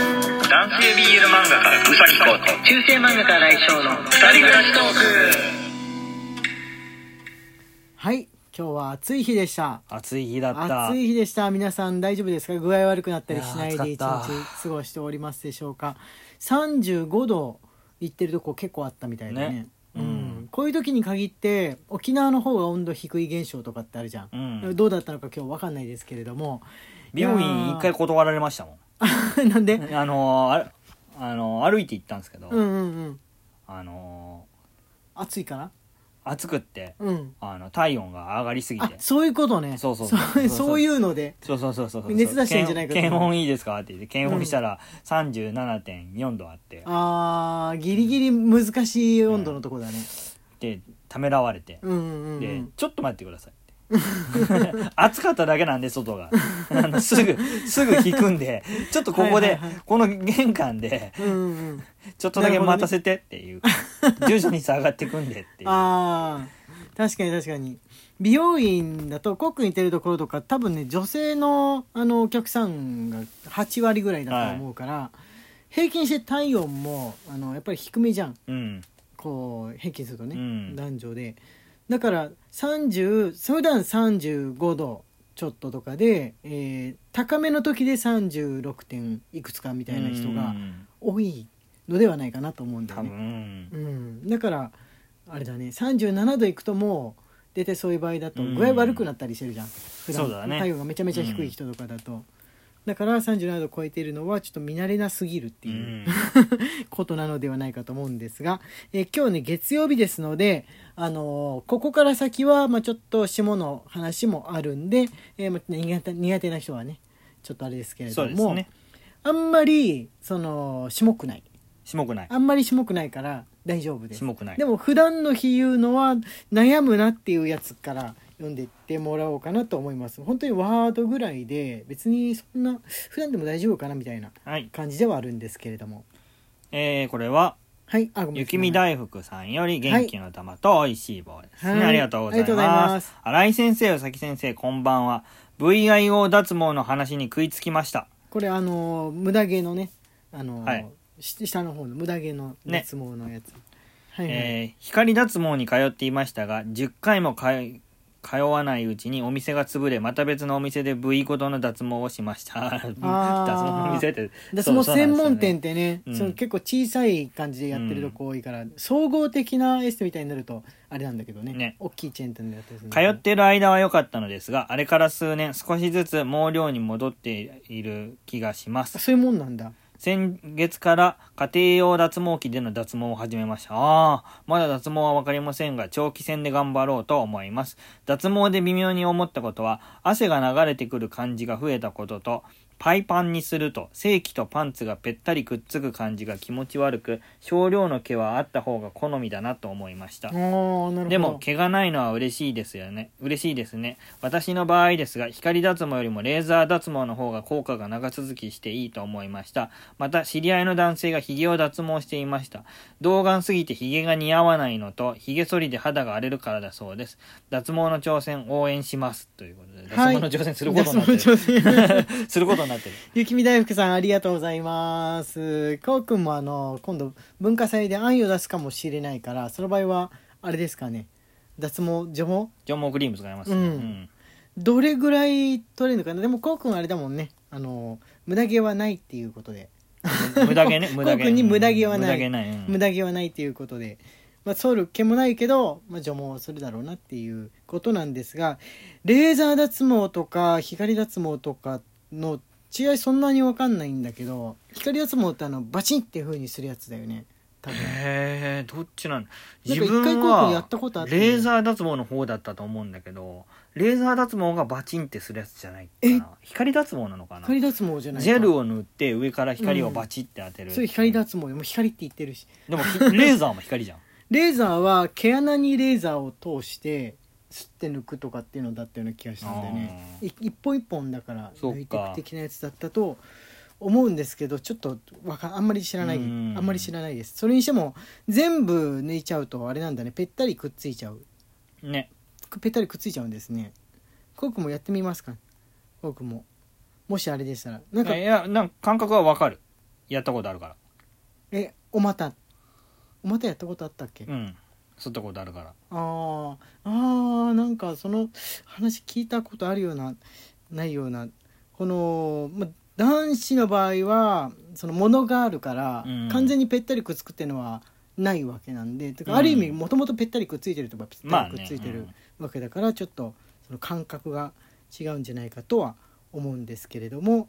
男性 BL 漫画家うさぎこうと中世漫画家来翔の二人暮らしトークはい今日は暑い日でした暑い日だった暑い日でした皆さん大丈夫ですか具合悪くなったりしないでい一日やー暑かった過ごしておりますでしょうか35度いってるとこ結構あったみたいだねねううんん、こういう時に限って沖縄の方が温度低い現象とかってあるじゃん、うんどうだったのか今日わかんないですけれども美容院一回断られましたもなんで、んあのーあれあのー歩いて行ったんですけど、うんうんうんあの暑いかなー暑くってうんあの体温が上がりすぎあてそういうことねそうそうそうそうそう そういうのでそうそうそうそうそう熱出してんじゃないかと検検温いいですかって言って検温したら37.4度あって、あーギリギリ難しい温度のとこだね、でためらわれて、うん、うんうんうんで「ちょっと待ってください」って 暑かっただけなんで外があのすぐすぐ引くんでちょっとここで、はいはいはいこの玄関でうんうん うんちょっとだけ待たせてっていう、徐々に下がってくんでっていうああ確かに確かに美容院だとコックに似てるところとか多分ね女性のあのお客さんが8割ぐらいだと思うから、平均して体温もあのやっぱり低めじゃんうんこう平均するとね、うん男女でだから30普段35度ちょっととかで、えー高めの時で36点いくつかみたいな人うがん多いのではないかなと思うんだよ多ね。分う、ん、だからあれだね37度いくともう出てそういう場合だとうん具合悪くなったりしてるじゃん、普段そうだね体温がめちゃめちゃ低い人とかだと、だから37度超えているのはちょっと見慣れなすぎるってういう、んことなのではないかと思うんですが、えー今日ね月曜日ですので、あのーここから先は、まあ、ちょっと下の話もあるんで、えーまあ苦手苦手な人はねちょっとあれですけれそどうですも、ねあんまりそのしもくないしもくないあんまりしもくないから大丈夫ですし。もくないでも普段の日言うのは悩むなっていうやつから読んでいってもらおうかなと思います。本当にワードぐらいで別にそんな普段でも大丈夫かなみたいなはい感じではあるんですけれども。えー、これははい、あごめんなさい雪見大福さんより元気の玉と美味しい棒ですね、はいありがとうございありがとうございまますす新井先生宇崎先生こんばんは VIO 脱毛の話に食いつきましたこれあのー無駄毛のねあのー、はいし下の方の無駄毛のね脱毛のやつ、はいはい、えー光脱毛に通っていましたが10回もかい通わないうちにお店が潰れまた別のお店で V ごとの脱毛をしました 脱毛の店って脱そう毛そうなんで専すよね門店ってねうんその結構小さい感じでやってるとこ多いから、総合的なエステみたいになるとあれなんだけどねね大きいチェーン店でやってるん通だけどっている間は良かったのですがあれから数年少しずつ毛量に戻っている気がしますそういうもんなんだ先月から家庭用脱毛器での脱毛を始めました。ああ、まだ脱毛はわかりませんが、長期戦で頑張ろうと思います。脱毛で微妙に思ったことは、汗が流れてくる感じが増えたことと、パイパンにすると、正規とパンツがぺったりくっつく感じが気持ち悪く、少量の毛はあった方が好みだなと思いましたあ。ーなるほどでも毛がないのは嬉しいですよね嬉しいですね私の場合ですが光脱毛よりもレーザー脱毛の方が効果が長続きしていいと思いましたまた知り合いの男性がヒゲを脱毛していました童顔すぎてヒゲが似合わないのとヒゲ剃りで肌が荒れるからだそうです脱毛の挑戦応援しますということで脱はい毛の挑戦することになってる、脱毛挑戦 することになってる雪見大福さんありがとうございますこうくんもあの今度文化祭で愛を出すかもしれないからその場合はあれですかね脱毛除毛除毛クリーム使います、うんうんどれぐらい取れるのかなでもこうくんあれだもんねあの無駄毛はないっていうことで、無駄毛ね無駄こう毛くんに無駄毛はない無駄毛ない、うん無駄毛はないっていうことで、まあ、剃る毛もないけど、まあ、除毛するだろうなっていうことなんですがレーザー脱毛とか光脱毛とかの違いそんなに分かんないんだけど光脱毛ってあのバチンっていう風にするやつだよね多分へえどっちなのなん自か一回分こういうはのやったことあってレーザー脱毛の方だったと思うんだけどレーザー脱毛がバチンってするやつじゃないかな光脱毛なのかな光脱毛じゃないジェルをを塗って上から光をバチって当てる、そういう光脱毛でもう光って言ってるしでもひレーザーも光じゃんレーザーは毛穴にレーザーを通して吸って抜くとかっていうのだったような気がしたんだよねあーい一本一本だからそっか抜いていく的なやつだったと思うんですけどちょっとわかあんまり知らないあうんんまり知らないですそれにしても全部抜いちゃうとあれなんだねぺったりくっついちゃうねくぺったりくっついちゃうんですねコウ君もやってみますかコウ君ももしあれでしたらなんかいやなんか感覚はわかるやったことあるからえお股お股やったことあったっけ、うん吸ったことあるからあーあーなんかその話聞いたことあるようなないようなこの、ま、男子の場合はその物があるから、うん完全にぺったりくっつくっていうのはないわけなんでてかうんある意味もともとぺったりくっついてるとかぺったまありねくっついてるわけだから、ちょっとその感覚が違うんじゃないかとは思うんですけれども、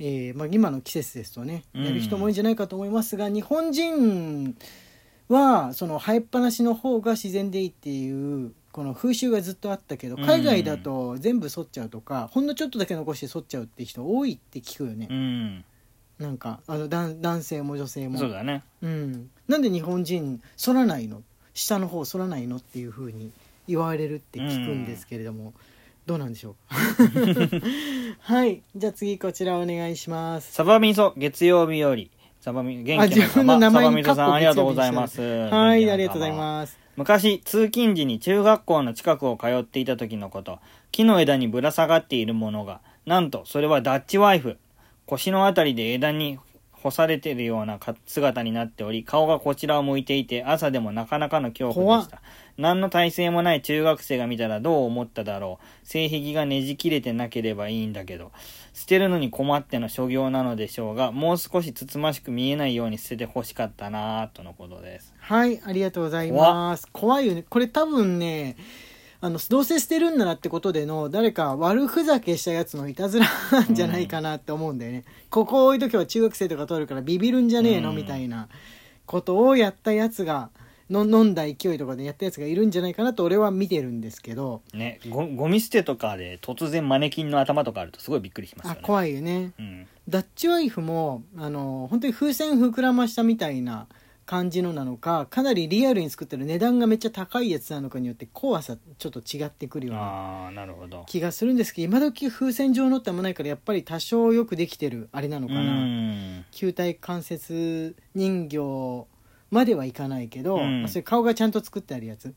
えーまあ、今の季節ですとねうんやる人も多いんじゃないかと思いますが、日本人はその生えっぱなしの方が自然でいいっていうこの風習がずっとあったけどうん海外だと全部剃っちゃうとかほんのちょっとだけ残して剃っちゃうって人多いって聞くよねう、んなんかあの男男性も女性もそうだねうん、なんで日本人剃らないの下の方剃らないのっていうふうに言われるって聞くんですけれども、どうなんでしょ うはいじゃあ次こちらお願いしますサバミソ月曜日よりサバミ元あ気自の分の名玉サ前にバミソさんありがとうございますはいありがとうございすます昔通勤時に中学校の近くを通っていた時のこと木の枝にぶら下がっているものがなんとそれはダッチワイフ腰のあたりで枝に干されているようなか姿になっており顔がこちらを向いていて朝でもなかなかの恐怖でした何の体勢もない中学生が見たらどう思っただろう性癖がねじ切れてなければいいんだけど捨てるのに困っての所業なのでしょうがもう少しつつましく見えないように捨ててほしかったなぁとのことですはいありがとうございます怖いよねこれ多分ねあのどうせ捨てるんならってことでの誰か悪ふざけしたやつのいたずら なんじゃないかなって思うんだよね、ここ置いとけば中学生とか通るからビビるんじゃねえの、うんみたいなことをやったやつがの飲んだ勢いとかでやったやつがいるんじゃないかなと俺は見てるんですけどねごゴミ捨てとかで突然マネキンの頭とかあるとすごいびっくりしますよあねい、怖いよねうん、ダッチワイフもあの本当に風船膨らましたみたいな感じのなのかかなりリアルに作ってる値段がめっちゃ高いやつなのかによって怖さちょっと違ってくるようなああなるほど気がするんですけど今時風船状のってあんまないからやっぱり多少よくできてるあれなのうかなん球体関節人形まではいかないけど、うんまあそういう顔がちゃんと作ってあるやつ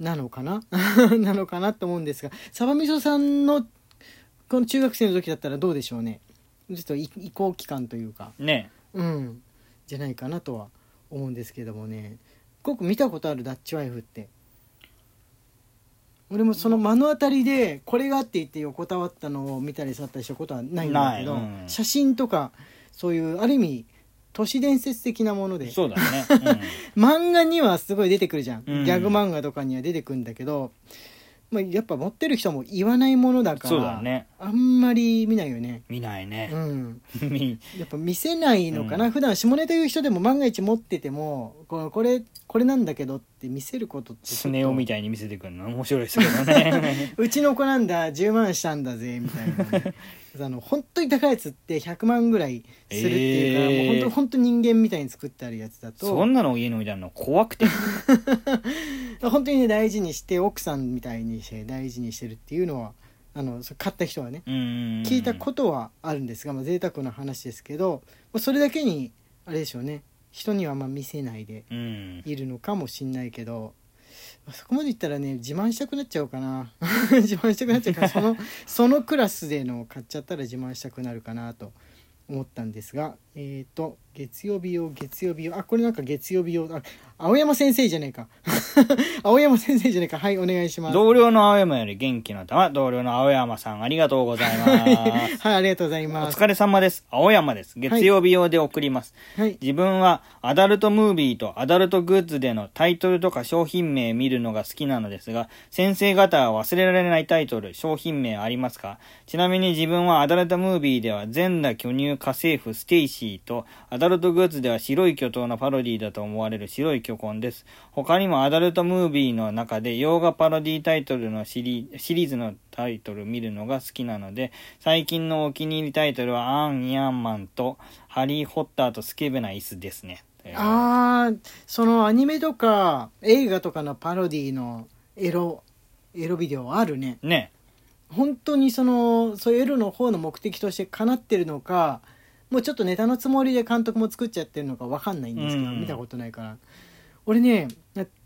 なのかな なのかなと思うんですがサバみそさんのこの中学生の時だったらどうでしょうねちょっとい移行期間というかねうんじゃないかなとは思うんですけどもねごく見たことあるダッチワイフって俺もその目の当たりでこれがあって言って横たわったのを見たり触ったりしたことはないんだけど、ないうん写真とかそういうある意味都市伝説的なものでそうだ ね、漫画にはすごい出てくるじゃん、うんギャグ漫画とかには出てくるんだけど、まあ、やっぱ持ってる人も言わないものだうん、からそうだねあんまり見ないよね。見ないね う、ん見やっぱ見せないのかな、うん普段下ネタ言う人でも万が一持っててもこうこれこれなんだけどって見せることってちょっとスネ夫みたいに見せてくる の面白いですけどねうちの子なんだ10万したんだぜみたいなね、 あの本当に高いやつって100万ぐらいするっていうから、えーもう本当本当人間みたいに作ってあるやつだそとんなの家に置いてあるの怖くて本当にね大事にして奥さんみたいにして大事にしてるっていうのはあのそれ買った人はねうん聞いたことはあるんですが、まあ、贅沢な話ですけどまあそれだけにあれでしょうね人にはあんま見せないでうんいるのかもしんないけどまあそこまでいったらね自慢したくなっちゃうかな 自慢したくなっちゃうから そのそのクラスでの買っちゃったら自慢したくなるかなと思ったんですがえっ、と月曜日用月曜日用あこれなんか月曜日用あ青山先生じゃねえか 青山先生じゃねえかはいお願いします同僚の青山より元気の玉同僚の青山さんありがとうございます はいありがとうございおます疲れ様です青山です月曜日用で送ります、はい自分はアダルトムービーとアダルトグッズでのタイトルとか商品名見るのが好きなのですが、先生方は忘れられないタイトル、商品名ありますかちなみに自分はアダルトムービーでは全裸巨乳家政婦ステイシーと、アダルトグッズでは白い巨頭のパロディだと思われる白い巨根です。他にもアダルトムービーの中で洋画パロディタイトルのシリシリーズのタイトル見るのが好きなので、最近のお気に入りタイトルはアン・ヤンマンと、ハリー・ホッターとスケベな椅子ですね。あ。あーそのアニメとか映画とかのパロディのエロエロビデオあるねね。本当にそのそういうエロの方の目的としてかなってるのかもうちょっとネタのつもりで監督も作っちゃってるのか分かんないんですけど、うん見たことないから俺ね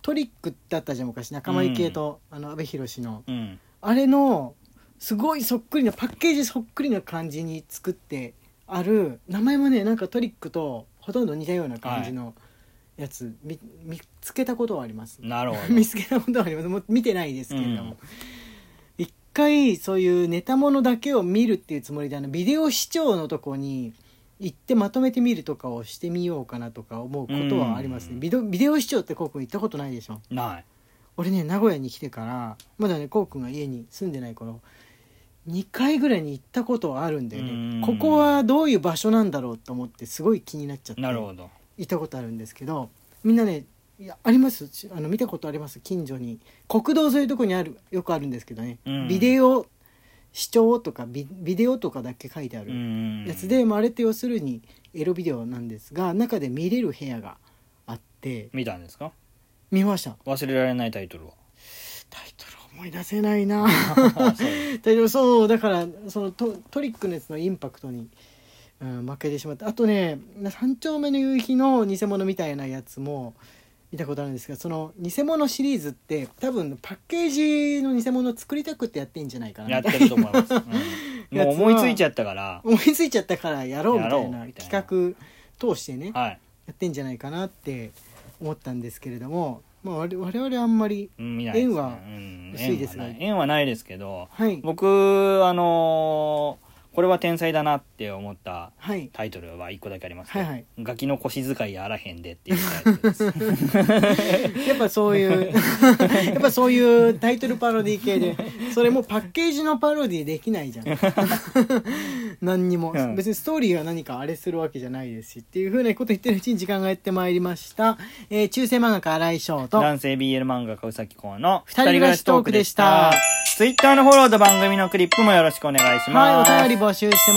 トリックだったじゃん昔仲間由紀恵と、あの阿部寛のうん。あれのすごいそっくりなパッケージそっくりな感じに作ってある名前もねなんかトリックとほとんど似たような感じのやつ、み見つけたことはありますなるほど 見つけたことはありますもう見てないですけれども、一回そういうネタものだけを見るっていうつもりであのビデオ視聴のとこに行ってまとめてみるとかをしてみようかなとか思うことはありますね、うんビデオビデオ視聴ってこうくん行ったことないでしょない俺ね名古屋に来てからまだねこうくんが家に住んでない頃2回ぐらいに行ったことはあるんだようんねここはどういう場所なんだろうと思ってすごい気になっちゃってなるほど行ったことあるんですけどみんなねいやありますしあの見たことあります近所に国道沿いのとこにあるよくあるんですけどね、うんビデオ視聴とかビビデオとかだけ書いてあうるんやつで、まあ、あれって要するにエロビデオなんですが中で見れる部屋があって見たんですか見ました忘れられないタイ トルはタイトル思い出せないなあそうタイトルそうだからそのトトリックのやつのインパクトに、うん、負けてしまってあとね三丁目の夕日の偽物みたいなやつも見たことあるんですがその偽物シリーズって多分パッケージの偽物を作りたくってやってんじゃないかなやっみたいてなると思います、うんやつもうは思いついちゃったから思いついちゃったからやろうみたいやろうなみたいな企画通してねはい、やってんじゃないかなって思ったんですけれども、まあ、我々我々あんまりうん、見ないです、ね、縁はうん薄いですが縁はない縁はないですけどはい僕あのーこれは天才だなって思ったはいタイトルは一個だけあります、はいはいガキの腰使いあらへんでっていうタイトルで す。やっぱそうい うやっぱそういうタイトルパロディ系でそれもパッケージのパロディできないじゃ ん何にも、うん別にストーリーが何かあれするわけじゃないですしっていうふうなこと言ってるうちに時間がやってまいりました、えー中世漫画家荒井翔と男性 BL 漫画家うさきこうの二人暮らしトークでし二人暮たらしトークでした。Twitter のフォローと番組のクリップもよろしくお願いしはます。いお便り募集してます